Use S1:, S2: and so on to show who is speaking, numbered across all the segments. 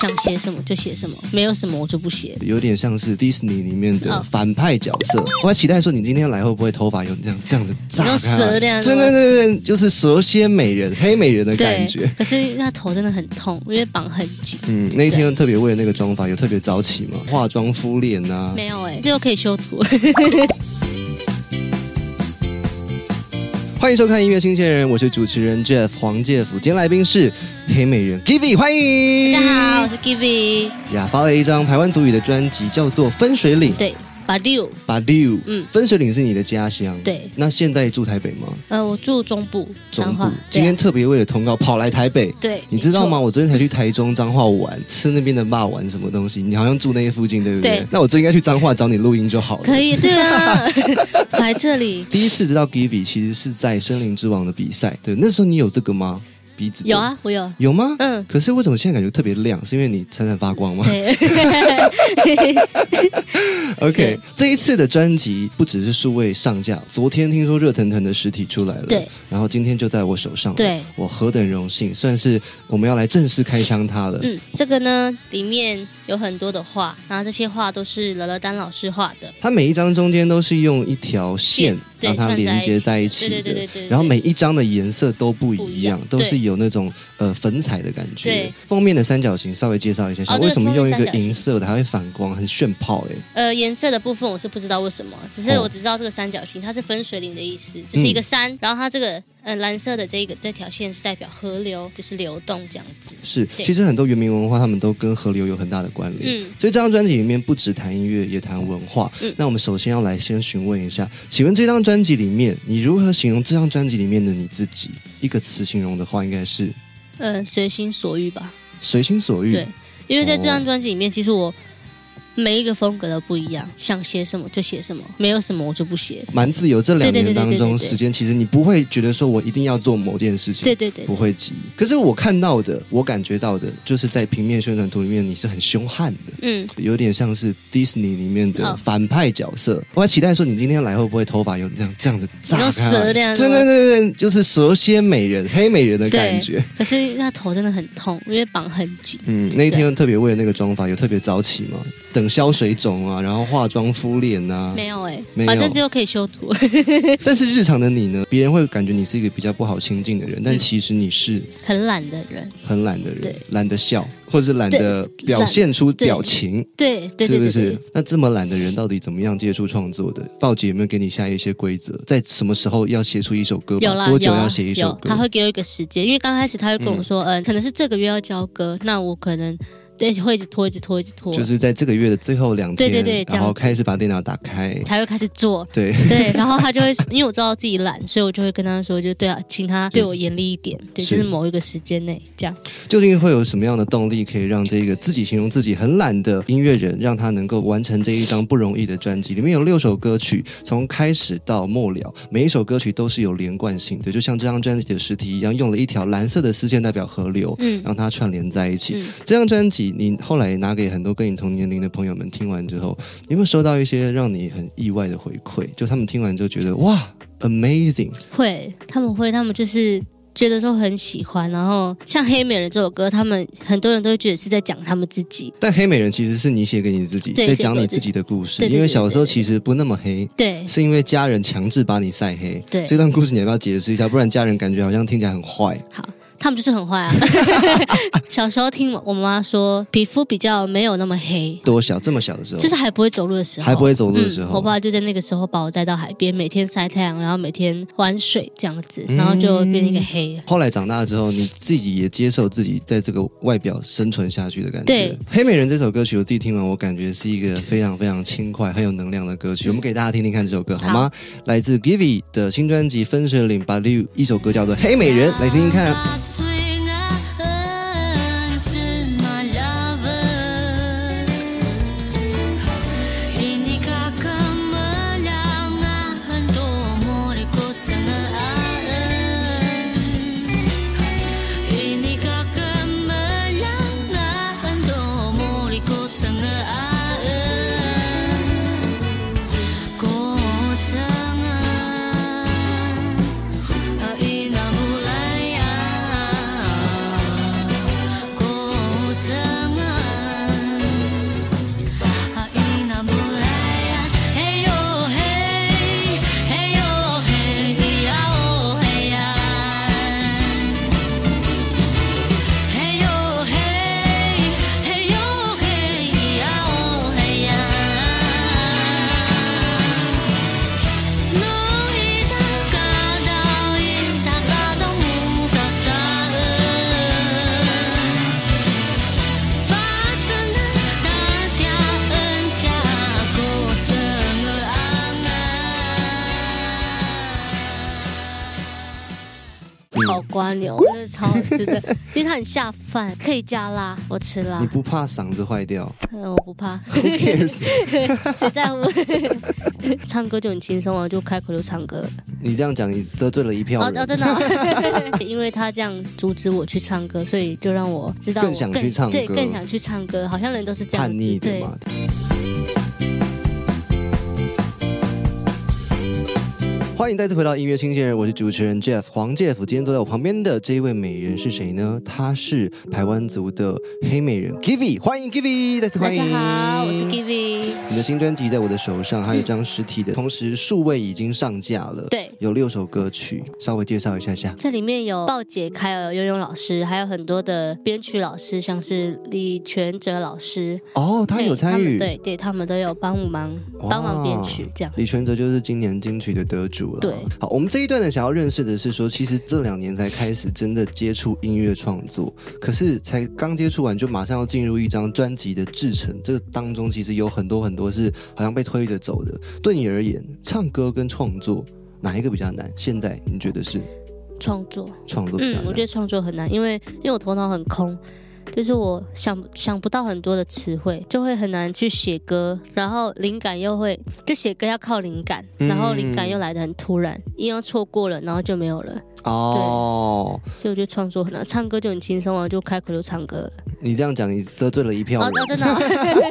S1: 想写什么就写什么，没有什么我就不写。
S2: 有点像是迪士尼里面
S1: 嗯
S2: 的反派角色。我还期待说你今天来会不会头发有这样这样子炸
S1: 你说
S2: 开
S1: 蛇那样子
S2: 对
S1: 吗
S2: 对对对，就是蛇蝎美人、黑美人的感
S1: 对
S2: 觉。，
S1: 可是那头真的很痛，因为绑很紧。
S2: 嗯，那一天特别为了那个妆发有特别早起嘛，化妆敷脸啊。
S1: 没有哎、欸，这就可以修图。
S2: 欢迎收看音乐新鲜人，我是主持人 Jeff 黄介甫，今天来宾是黑美人 Givi，欢 迎。
S1: 大家好，我是 Givi，
S2: 呀，发了一张台湾族语的专辑，叫做《分水岭》。
S1: 对，把六，
S2: 把六，
S1: 嗯
S2: 分水岭是你的家乡。
S1: 对，
S2: 那现在住台北吗？
S1: 呃，我住中部，
S2: 中
S1: 彰
S2: 部
S1: 化。。
S2: 今天特别为了通告跑来台北。
S1: 对啊，对
S2: 你知道吗？
S1: 啊没错？
S2: 我昨天才去台中彰化玩，吃那边的霸丸什么东西。你好像住那附近，对不对？
S1: 对
S2: 那我最应该去彰化找你录音就好了。
S1: 可。以，对啊， 来这里
S2: 第一次知道 Givi 其实是在森林之王的比赛，对，那时候你有这个吗？鼻子
S1: 有，啊，我有，
S2: 有吗？
S1: 嗯，
S2: 可是为什么现在感觉特别亮？是因为你闪闪发光吗
S1: 对，
S2: ？OK，
S1: 对
S2: 这一次的专辑不只是数位上架，昨天听说热腾腾的实体出来了，
S1: 对，
S2: 然后今天就在我手上，
S1: 对，
S2: 我何等荣幸，算是我们要来正式开箱它了。
S1: 嗯，这个呢里面有很多的画，然后这些画都是乐乐丹老师画的，
S2: 它每一张中间都是用一条线
S1: 线对
S2: 让它连接在一起
S1: 对
S2: 的，
S1: 对对对对对
S2: 然后每一张的颜色都不一样，
S1: 不一样
S2: 都是
S1: 对
S2: 有那种呃粉彩的感觉
S1: 对。
S2: 封面的三角形稍微介绍一下下，
S1: 哦这个
S2: 为什么用
S1: 封
S2: 一
S1: 面
S2: 个
S1: 三角形
S2: 银色的还会反光，很炫炮哎、
S1: 呃，颜色的部分我是不知道为什么，只是
S2: 哦嗯
S1: 我只知道这个三角形它是分水岭的意思，就是一个山，然后它这个呃蓝色的这个这条线是代表河流，就是流动这样子。
S2: 是，
S1: 对
S2: 其实很多原民文化他们都跟河流有很大的关联。
S1: 嗯，
S2: 所以这张专辑里面不只谈音乐，也谈文化。
S1: 嗯
S2: 那我们首先要来先询问一下，请问这张专辑里面，你如何形容这张专辑里面的你自己？一个词形容的话，应该是
S1: 呃，随心所欲吧。
S2: 随心所欲。
S1: 对，因为在这
S2: 哦
S1: 张专辑里面，其实我每一个风格都不一样，想写什么就写什么，没有什么我就不写。
S2: 蛮自由。这两
S1: 对
S2: 年
S1: 对对对
S2: 当
S1: 对
S2: 中，
S1: 对对
S2: 时间其实你不会觉得说我一定要做某件事情，
S1: 对对对
S2: 不，会急。可是我看到的，我感觉到的，就是在平面宣传图里面，你是很凶悍的，
S1: 嗯，
S2: 有点像是迪士尼里面的
S1: 哦
S2: 反派角色。我还期待说你今天来会不会头发有这样这样子炸开
S1: 你说蛇那样子
S2: 对
S1: 吗
S2: 对对对，就是蛇蝎美人、黑美人的感
S1: 对
S2: 觉。。
S1: 可是那头真的很痛，因为绑很紧。
S2: 嗯，那一天特别为了那个妆发有特别早起嘛，等消水肿啊，然后化妆敷脸啊，
S1: 没有哎、
S2: 没有
S1: 反正就可以修图。
S2: 但是日常的你呢，别人会感觉你是一个比较不好亲近的人，但
S1: 嗯
S2: 其实你是
S1: 很懒的人，
S2: 很懒的人
S1: 对，
S2: 懒得笑，或者是懒得表现出表情，
S1: 对对
S2: 是
S1: 对
S2: 不
S1: 对对，
S2: 是？那这么懒的人到底怎么样接触创作的？报姐有没有给你下一些规则？在什么时候要写出一首歌吧？
S1: 有啦，
S2: 多久
S1: 有啊
S2: 要写一首
S1: 有
S2: 歌？
S1: 他会给我一个时间，因为刚开始他会跟我说，嗯、呃，可能是这个月要交歌，那我可能对会一直拖，一直拖，一直拖，
S2: 就是在这个月的最后两天，
S1: 对对对这
S2: 然
S1: 样
S2: 后
S1: 子
S2: 开始把电脑打开，。
S1: 才会开始做
S2: 对，
S1: 对，然后他就会，因为我知道自己懒，所以我就会跟他说，就对啊，请他对我严厉一点，对，
S2: 是
S1: 就是某一个时间内这样。
S2: 究竟会有什么样的动力，可以让这个自己形容自己很懒的音乐人，让他能够完成这一张不容易的专辑？里面有六首歌曲，从开始到末了，每一首歌曲都是有连贯性的，就像这张专辑的实体一样，用了一条蓝色的丝线代表河流。
S1: 嗯，
S2: 让它串联在一起。
S1: 嗯
S2: 这张专辑，你后来拿给很多跟你同年龄的朋友们听完之后，你有没有收到一些让你很意外的回馈？就他们听完之后觉得哇，amazing，
S1: 会，他们会，他们就是。觉得说很喜欢，然后像《黑美人》这首歌，他们很多人都会觉得是在讲他们自己。
S2: 但黑美人其实是你写给你自己，
S1: 对
S2: 在讲
S1: 写给
S2: 你
S1: 我
S2: 自己的故事，
S1: 对对对
S2: 因为小时候其实不那么黑。
S1: 对，
S2: 是因为家人强制把你晒黑，
S1: 对
S2: 这段故事你要不要解释一下？不然家人感觉好像听起来很坏。
S1: 好，他们就是很 坏啊。小时候听我妈说，皮肤比较没有那么黑，
S2: 多小这么小的时候，
S1: 就是还不会走路的时候，
S2: 还不会走路的时
S1: 嗯
S2: 候
S1: 我爸就在那个时候把我带到海边，每天晒太阳，然后每天玩水这样子，
S2: 嗯
S1: 然后就变成一个黑人。
S2: 后来长大之后，你自己也接受自己在这个外表生存下去的感觉。
S1: 对
S2: 黑美人》这首歌曲，我自己听完，我感觉是一个非常非常轻快、很有能量的歌
S1: 嗯
S2: 曲。我们给大家听听看这首歌好吗？来自 Givi 的新专辑《分水岭》把六一首歌叫做《黑美人》，来听听看。
S1: 嗯
S3: Touching her, she's my lover. Ini kakak melangan domor ikut sengaan. Ini kakak melangan domor ikut sengaan. Kucangan. Aina mulai ah.
S1: 花牛，真的超好吃的，因为它很下饭，可以加辣，我吃辣
S2: 你，不怕嗓子坏掉
S1: 嗯，我不怕。
S2: ？Who cares？
S1: 谁在乎？ 唱歌就很轻松啊，就开口就唱歌了。
S2: 你这样讲，你得罪了一票
S1: 哦
S2: 人。
S1: 哦，真的哦、 因为他这样阻止我去唱歌，所以就让我知道我
S2: 更想去唱歌
S1: 对，更想去唱歌。好像人都是这样
S2: 叛逆
S1: 子，
S2: 的
S1: 对。
S2: 嘛。欢迎再次回到音乐新鲜人，我是主持人 Jeff 黄 Jeff。今天坐在我旁边的这一位美人是谁呢？她是台湾族的黑美人 Givi，欢迎 Givi，再次
S1: 大
S2: 欢迎。
S1: 家好，我是 Givi。嗯
S2: 你的新专辑在我的手上，还有一张实体的，同时数位已经上架了。
S1: 对
S2: 有六首歌曲，稍微介绍一下下。
S1: 这里面有鲍姐、凯尔、悠悠老师，还有很多的编曲老师，像是李全哲老师，
S2: 哦，他有
S1: 对
S2: 参
S1: 们
S2: 与，
S1: 对对，他们都有帮我忙
S2: 哇
S1: 帮忙编曲，这样
S2: 李全哲就是今年金曲的得主了。
S1: 对
S2: 好，我们这一段呢，想要认识的是说，其实这两年才开始真的接触音乐创作，可是才刚接触完就马上要进入一张专辑的制成，这个当中其实有很多很多是好像被推着走的。对你而言，唱歌跟创作哪一个比较难？现在你觉得是
S1: 创作。
S2: 创作比较
S1: 嗯，
S2: 难？
S1: 我觉得创作很难，因为因为我头脑很空，就是我想想不到很多的词汇，就会很难去写歌，然后灵感又会就写歌要靠灵感，
S2: 嗯
S1: 然后灵感又来的很突然，音要错过了，然后就没有了。
S2: 哦，
S1: 所以我觉得创作很难，唱歌就很轻松啊，就开口就唱歌了。
S2: 你这样讲，你得罪了一票
S1: 哦，
S2: 人。
S1: 哦真的哦、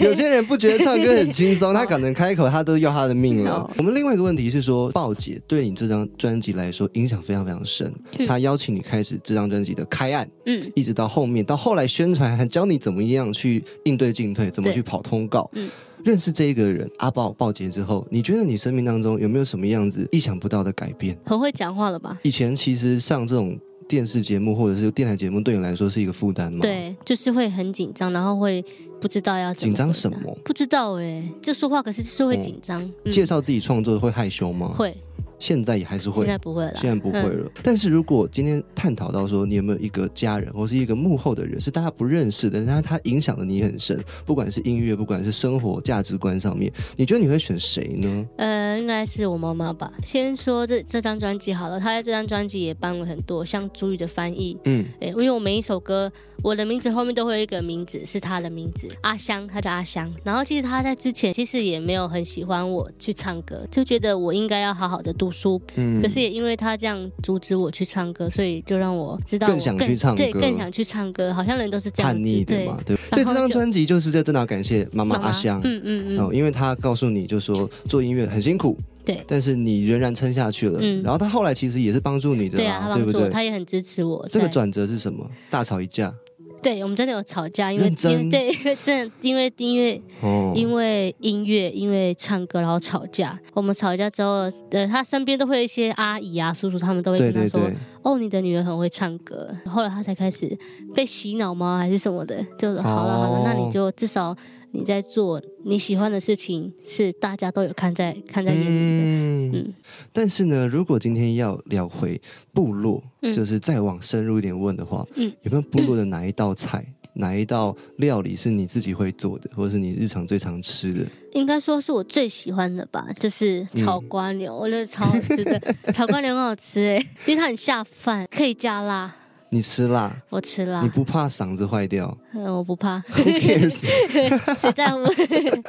S2: 有些人不觉得唱歌很轻松，他可能开口他都要他的命了
S1: 哦。
S2: 我们另外一个问题是说，鲍姐对你这张专辑来说影响非常非常深，她邀请你开始这张专辑的开案，
S1: 嗯，
S2: 一直到后面到后来宣传，还教你怎么样去应对进退，怎么
S1: 对
S2: 去跑通告
S1: 嗯。
S2: 认识这一个人阿豹鲍姐之后，你觉得你生命当中有没有什么样子意想不到的改变？
S1: 很会讲话了吧？
S2: 以前其实上这种电视节目或者是电台节目，对你来说是一个负担吗？，
S1: 对，就是会很紧张，然后会不知道要怎
S2: 紧张什
S1: 回答
S2: 么？
S1: 不知道哎、就说话可是就是会
S2: 嗯
S1: 紧张，嗯
S2: 介绍自己创作会害羞吗？
S1: 会，
S2: 现在也还是会
S1: 现。在不会了，
S2: 现在不会
S1: 嗯
S2: 了。但是如果今天探讨到说，你有没有一个家人或是一个幕后的人，是大家不认识的，但是他影响了你很深，不管是音乐，不管是生活价值观上面，你觉得你会选谁呢？
S1: 呃，应该是我妈妈吧。先说这这张专辑好了，她在这张专辑也帮了很多，像朱宇的翻译。
S2: 嗯，
S1: 诶，因为我每一首歌，我的名字后面都会有一个名字，是她的名字，阿香，她叫阿香。然后其实她在之前其实也没有很喜欢我去唱歌，就觉得我应该要好好的读书。
S2: 嗯
S1: 可是也因为她这样阻止我去唱歌，所以就让我知道
S2: 更
S1: 我
S2: 想去唱
S1: 对，
S2: 歌
S1: 更想去唱歌。好像人都是这样
S2: 叛
S1: 子，
S2: 逆的
S1: 对
S2: 嘛，，对。所以这张
S1: 就
S2: 专辑就是在真的要感谢妈妈
S1: 妈妈
S2: 阿香。
S1: 嗯嗯嗯，
S2: 哦，因为她告诉你，就说做音乐很辛苦，
S1: 对。
S2: 但是你仍然撑下去了。
S1: 嗯
S2: 然后她后来其实也是帮助你的
S1: 对
S2: 啦、
S1: 啊，她
S2: 对
S1: 帮
S2: 不
S1: 助我，
S2: 对？
S1: 她也很支持我啊在。
S2: 这个转折是什么？大吵一架
S1: 对，我们真的有吵架，因为
S2: 认真
S1: 因为对，因为真的因为音乐，
S2: 哦，
S1: 因为音乐，因为唱歌，然后吵架。我们吵架之后，呃，他身边都会有一些阿姨啊、叔叔，他们都会
S2: 对
S1: 跟他
S2: 对
S1: 说：“
S2: 对，
S1: 哦，你的女儿很会唱歌。”后来他才开始被洗脑吗？还是什么的？就是好了
S2: 哦
S1: 好了，那你就至少你在做你喜欢的事情，是大家都有看在看在眼里的。
S2: 嗯
S1: 嗯，
S2: 但是呢，如果今天要聊回部落，
S1: 嗯
S2: 就是再往深入一点问的话，
S1: 嗯
S2: 有没有部落的哪一道菜、哪一道料理是你自己会做的，或者是你日常最常吃的？
S1: 应该说是我最喜欢的吧，就是
S2: 嗯
S1: 炒瓜牛，我觉得超好吃的，炒瓜牛很好吃哎、因为它很下饭，可以加辣，
S2: 你吃辣，
S1: 我吃
S2: 你
S1: 辣，
S2: 不怕嗓子坏掉
S1: 嗯，我不怕，
S2: ？Who cares？
S1: 谁在乎？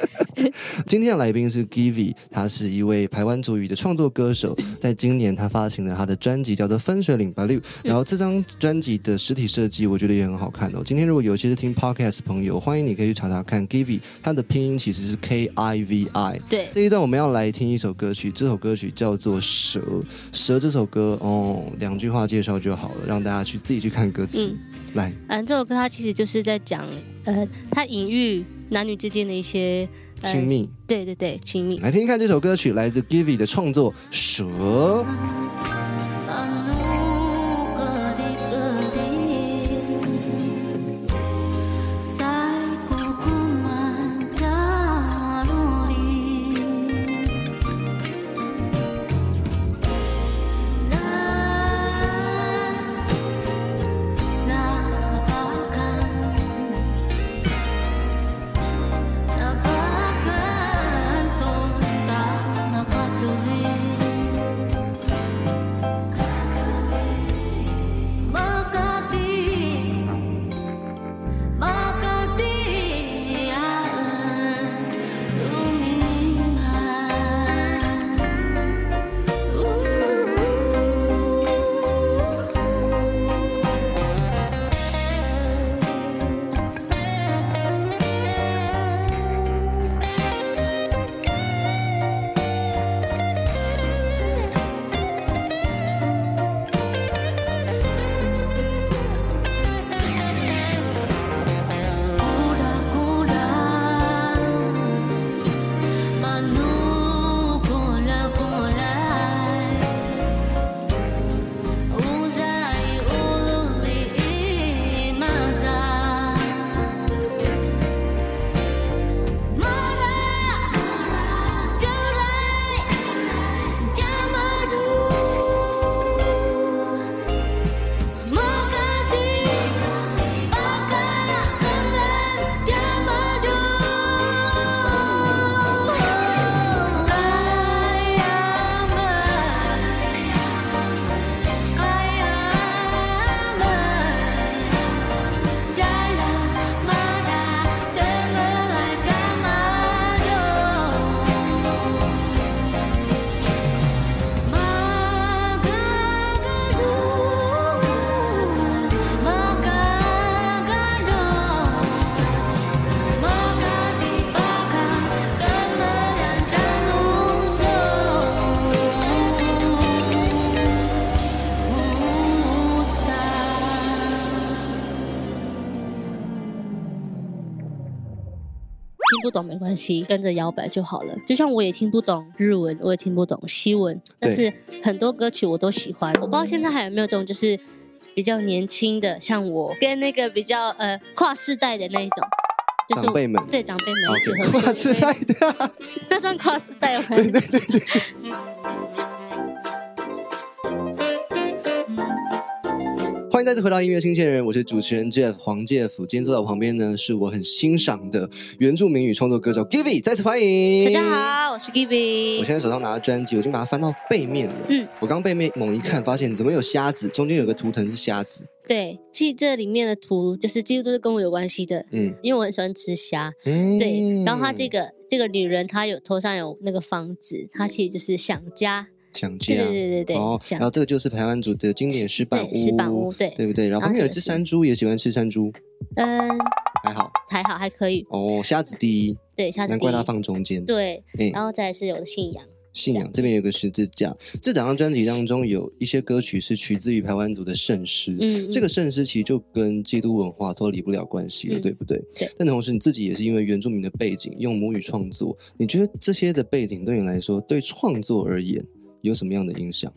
S2: 今天的来宾是 Givi，他是一位台湾族语的创作歌手，在今年他发行了他的专辑叫做《分水岭白绿》，然后这张专辑的实体设计我觉得也很好看哦。今天如果有一些是听 podcast 的朋友，欢迎你可以去查查看 Givi，他的拼音其实是 K I V I。
S1: 对，
S2: 这一段我们要来听一首歌曲，这首歌曲叫做《蛇》。蛇这首歌哦，两句话介绍就好了，让大家去自己去看歌词。
S1: 嗯
S2: 来，
S1: 嗯，这首歌它其实就是在讲，呃，它隐喻男女之间的一些呃
S2: 亲密，
S1: 对对对，亲密。
S2: 来听听看这首歌曲，来自 Givi 的创作《蛇》。
S3: Sontak nakatsuhin
S1: 听不懂没关系，跟着摇摆就好了。就像我也听不懂日文，我也听不懂西文，但是很多歌曲我都喜欢。我不知道现在还有没有这种，就是比较年轻的，像我跟那个比较呃跨世代的那一种，就是
S2: 长
S1: 我
S2: 辈们。哦
S1: 对长辈们一起
S2: OK，
S1: 合作
S2: 跨世代啊的，
S1: 那算跨世代吗？
S2: 对对对对，欢迎再次回到音乐新鲜人，我是主持人 Jeff 黄介甫。今天坐在我旁边呢，是我很欣赏的原住民语创作歌手 Givy，再次欢迎。
S1: 大家好，我是 Gibby
S2: 我。现在手上拿的专辑，我已经把它翻到背面了。
S1: 嗯，
S2: 我刚背面猛一看，发现怎么有虾子，中间有个图腾是虾子。
S1: 对，记这里面的图就是几乎都是跟我有关系的，
S2: 嗯
S1: 因为我很喜欢吃虾。
S2: 嗯，
S1: 对，然后她这个这个女人，她有头上有那个房子，她其实就是想家。
S2: 嗯想
S1: 对
S2: 家，
S1: 对对对对，
S2: 哦，
S1: 这
S2: 然后
S1: 样
S2: 这个就是台湾族的经典石板屋，
S1: 对石板屋对
S2: 对不对？然后旁边有一只山猪，也喜欢吃山猪，
S1: 嗯，
S2: 还好
S1: 还好还可以。
S2: 哦。虾子第一，
S1: 对，下次
S2: 难怪
S1: 第一
S2: 它放中间。，
S1: 对，
S2: 哎、
S1: 然后再来是我的信仰。
S2: 信仰这边有个十字架。这两张专辑当中有一些歌曲是取自于台湾族的圣诗，
S1: 嗯，嗯
S2: 这个圣诗其实就跟基督文化脱离不了关系了，
S1: 嗯
S2: 对不对？
S1: 对。
S2: 但同时你自己也是因为原住民的背景，用母语创作，你觉得这些的背景对你来说，对创作而言有什么样的影响？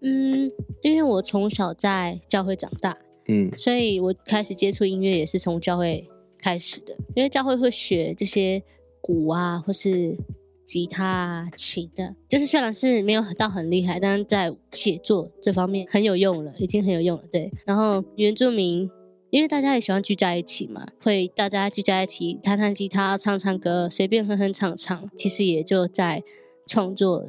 S1: 嗯，因为我从小在教会长大，
S2: 嗯
S1: 所以我开始接触音乐也是从教会开始的，因为教会会学这些鼓啊，或是吉他啊、琴的，就是虽然是没有到很厉害，但是在写作这方面很有用了，已经很有用了。对，然后原住民。因为大家也喜欢聚在一起嘛，会大家聚在一起弹弹吉他、唱唱歌，随便哼哼唱唱，其实也就在创作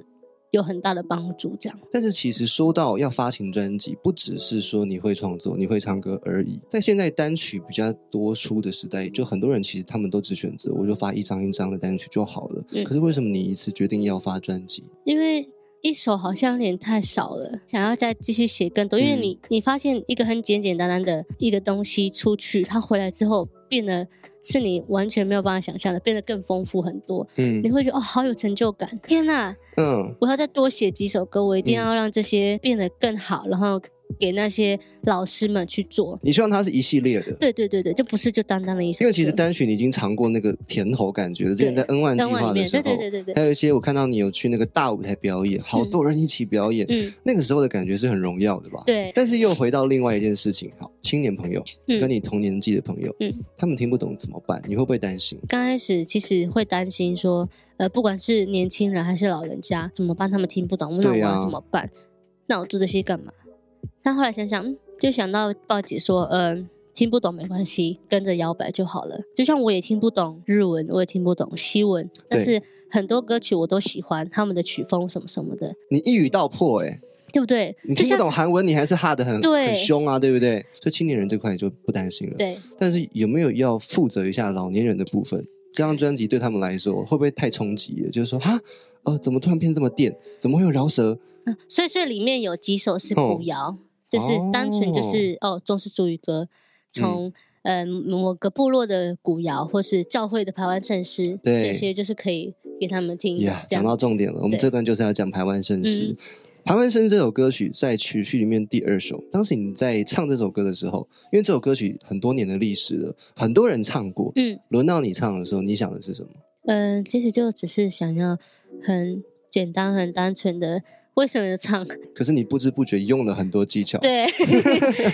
S1: 有很大的帮助。这样，
S2: 但是其实说到要发行专辑，不只是说你会创作、你会唱歌而已。在现在单曲比较多出的时代，就很多人其实他们都只选择我就发一张一张的单曲就好了。
S1: 嗯
S2: 可是为什么你一次决定要发专辑？
S1: 因为一首好像有点太少了，想要再继续写更多。因为
S2: 嗯
S1: 你你发现一个很简简单单的一个东西出去，它回来之后变得是你完全没有办法想象的，变得更丰富很多。
S2: 嗯
S1: 你会觉得哦，好有成就感！天哪，
S2: 嗯，
S1: 我要再多写几首歌，我一定要让这些变得更好，然后给那些老师们去做。
S2: 你希望它是一系列的。
S1: 对对对对，就不是就单单的一首歌。
S2: 因为其实单曲你已经尝过那个甜头感觉了，之前在 N 万计
S1: 单万
S2: 划
S1: 里
S2: 的
S1: 面，
S2: 时
S1: 对
S2: 候，
S1: 对对对对，
S2: 还有一些我看到你有去那个大舞台表演，好多人一起表演，
S1: 嗯，
S2: 那个时候的感觉是很荣耀的吧？
S1: 对，
S2: 但是又回到另外一件事情，好，青年朋友
S1: 嗯
S2: 跟你同年纪的朋友，
S1: 嗯
S2: 他们听不懂怎么办？你会不会担心？
S1: 刚开始其实会担心说，呃，不管是年轻人还是老人家，怎么办？他们听不懂，那我
S2: 对啊
S1: 要怎么办？那我做这些干嘛？但后来想想，嗯就想到鲍姐说，嗯、听不懂没关系，跟着摇摆就好了。就像我也听不懂日文，我也听不懂西文，但是很多歌曲我都喜欢，他们的曲风什么什么的，
S2: 你一语道破、欸，哎，
S1: 对不对？
S2: 你
S1: 就
S2: 听不
S1: 像
S2: 懂韩文，你还是哈的很
S1: 对
S2: 很凶啊，对不对？所以青年人这块你就不担心了。
S1: 对，
S2: 但是有没有要负责一下老年人的部分？这张专辑对他们来说会不会太冲击了？就是说，哈，呃，怎么突然变这么电？怎么会有饶舌？
S1: 嗯所以所以里面有几首是
S2: 哦
S1: 古谣，就是单纯就是哦，中式主语歌，从嗯、呃某个部落的古谣或是教会的排湾圣诗，
S2: 对
S1: 这些就是可以给他们听
S2: 呀、
S1: 的。这
S2: 讲
S1: 样
S2: 到重点了，我们
S1: 对
S2: 这段就是要讲《台湾绅士》
S1: 嗯
S2: 台湾绅士》这首歌曲在曲序里面第二首，当时你在唱这首歌的时候，因为这首歌曲很多年的历史了，很多人唱过。
S1: 嗯
S2: 轮到你唱的时候，你想的是什么？
S1: 嗯、呃其实就只是想要很简单、很单纯的。为什么 唱？
S2: 可是你不知不觉用了很多技巧。
S1: 对，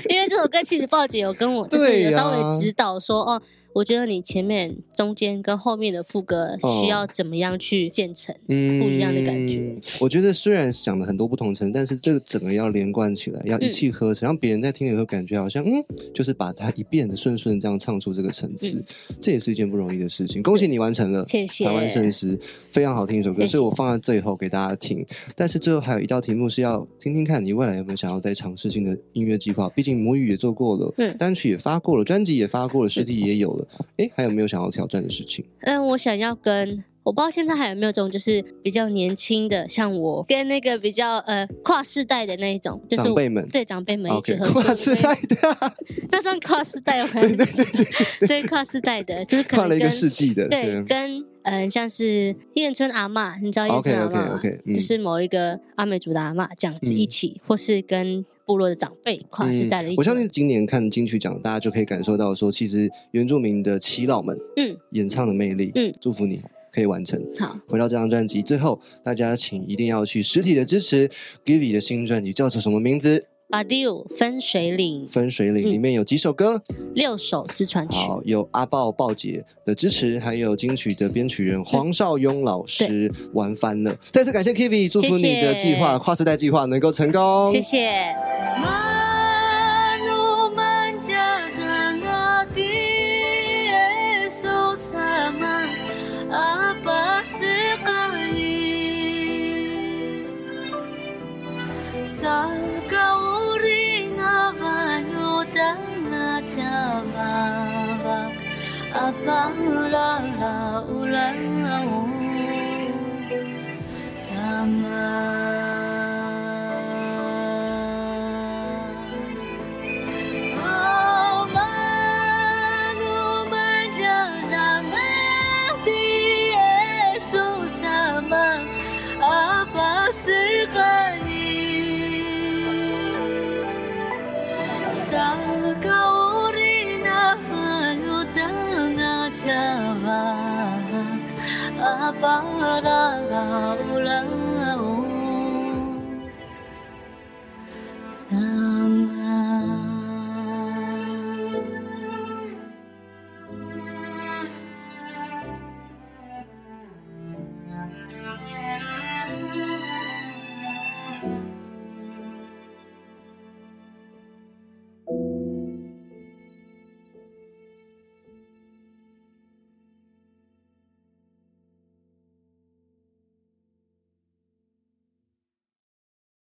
S1: 因为这首歌其实鲍姐有跟我，就是
S2: 对
S1: 有稍
S2: 呀
S1: 微指导说，哦，我觉得你前面、中间跟后面的副歌
S2: 哦
S1: 需要怎么样去建成。
S2: 嗯
S1: 不一样的感觉。
S2: 我觉得虽然讲了很多不同层，但是这个整个要连贯起来，要一气呵成，让别人在听的时候感觉好像嗯，就是把它一遍的顺顺这样唱出这个层次，
S1: 嗯
S2: 这也是一件不容易的事情。恭喜你完成了，
S1: 谢谢
S2: 台湾圣诗非常好听一首歌，
S1: 谢谢
S2: 所以我放在最后给大家听。但是最后还有一道题目是要听听看你未来有没有想要再尝试新的音乐计划，毕竟母语也做过了，
S1: 嗯
S2: 单曲也发过了，专辑也发过了，实体也有了，诶，还有没有想要挑战的事情？
S1: 嗯，我想要跟我不知道现在还有没有这种，就是比较年轻的，像我跟那个比较呃跨世代的那一种，就是我
S2: 长辈们
S1: 对长辈们一起
S2: OK，
S1: 合 作，
S2: 跨世代的，
S1: 那算跨世代吗？对对对对跨世代的，就是可
S2: 跨
S1: 能
S2: 了一个
S1: 跟
S2: 世纪的，
S1: 对跟嗯、呃像是燕春阿嬷，你知道燕春
S2: OK 嗯
S1: 阿嬷
S2: OK
S1: 吗
S2: OK，
S1: 就是某一个阿美族的阿嬷这样子
S2: 嗯
S1: 一起，或是跟部落的长辈跨世代的一起
S2: 我
S1: 玩、
S2: 相信今年看金曲奖，大家就可以感受到说，其实原住民的耆老们
S1: 嗯
S2: 演唱的魅力。
S1: 嗯，
S2: 祝福你可以完成。
S1: 好，
S2: 回到这张专辑最后，大家请一定要去实体的支持 Givy 的新专辑，叫做什么名字？
S1: 把六分水岭
S2: 分水岭
S1: 嗯
S2: 里面有几首歌，
S1: 六首之传曲，
S2: 好，有阿豹豹姐的支持，还有金曲的编曲
S1: 嗯
S2: 人黄少庸老师，玩翻了。再次感谢 Kivi，祝福你的计划
S1: 谢谢
S2: 跨时代计划能够成功。
S1: 谢谢。
S3: Manu manjazanga di Yesus sama apa sekali sa kauri navano dana chavava apa ulala ulala Tama. Apa sekali sa kauri na vanutang na tiawavak, apalalaulaw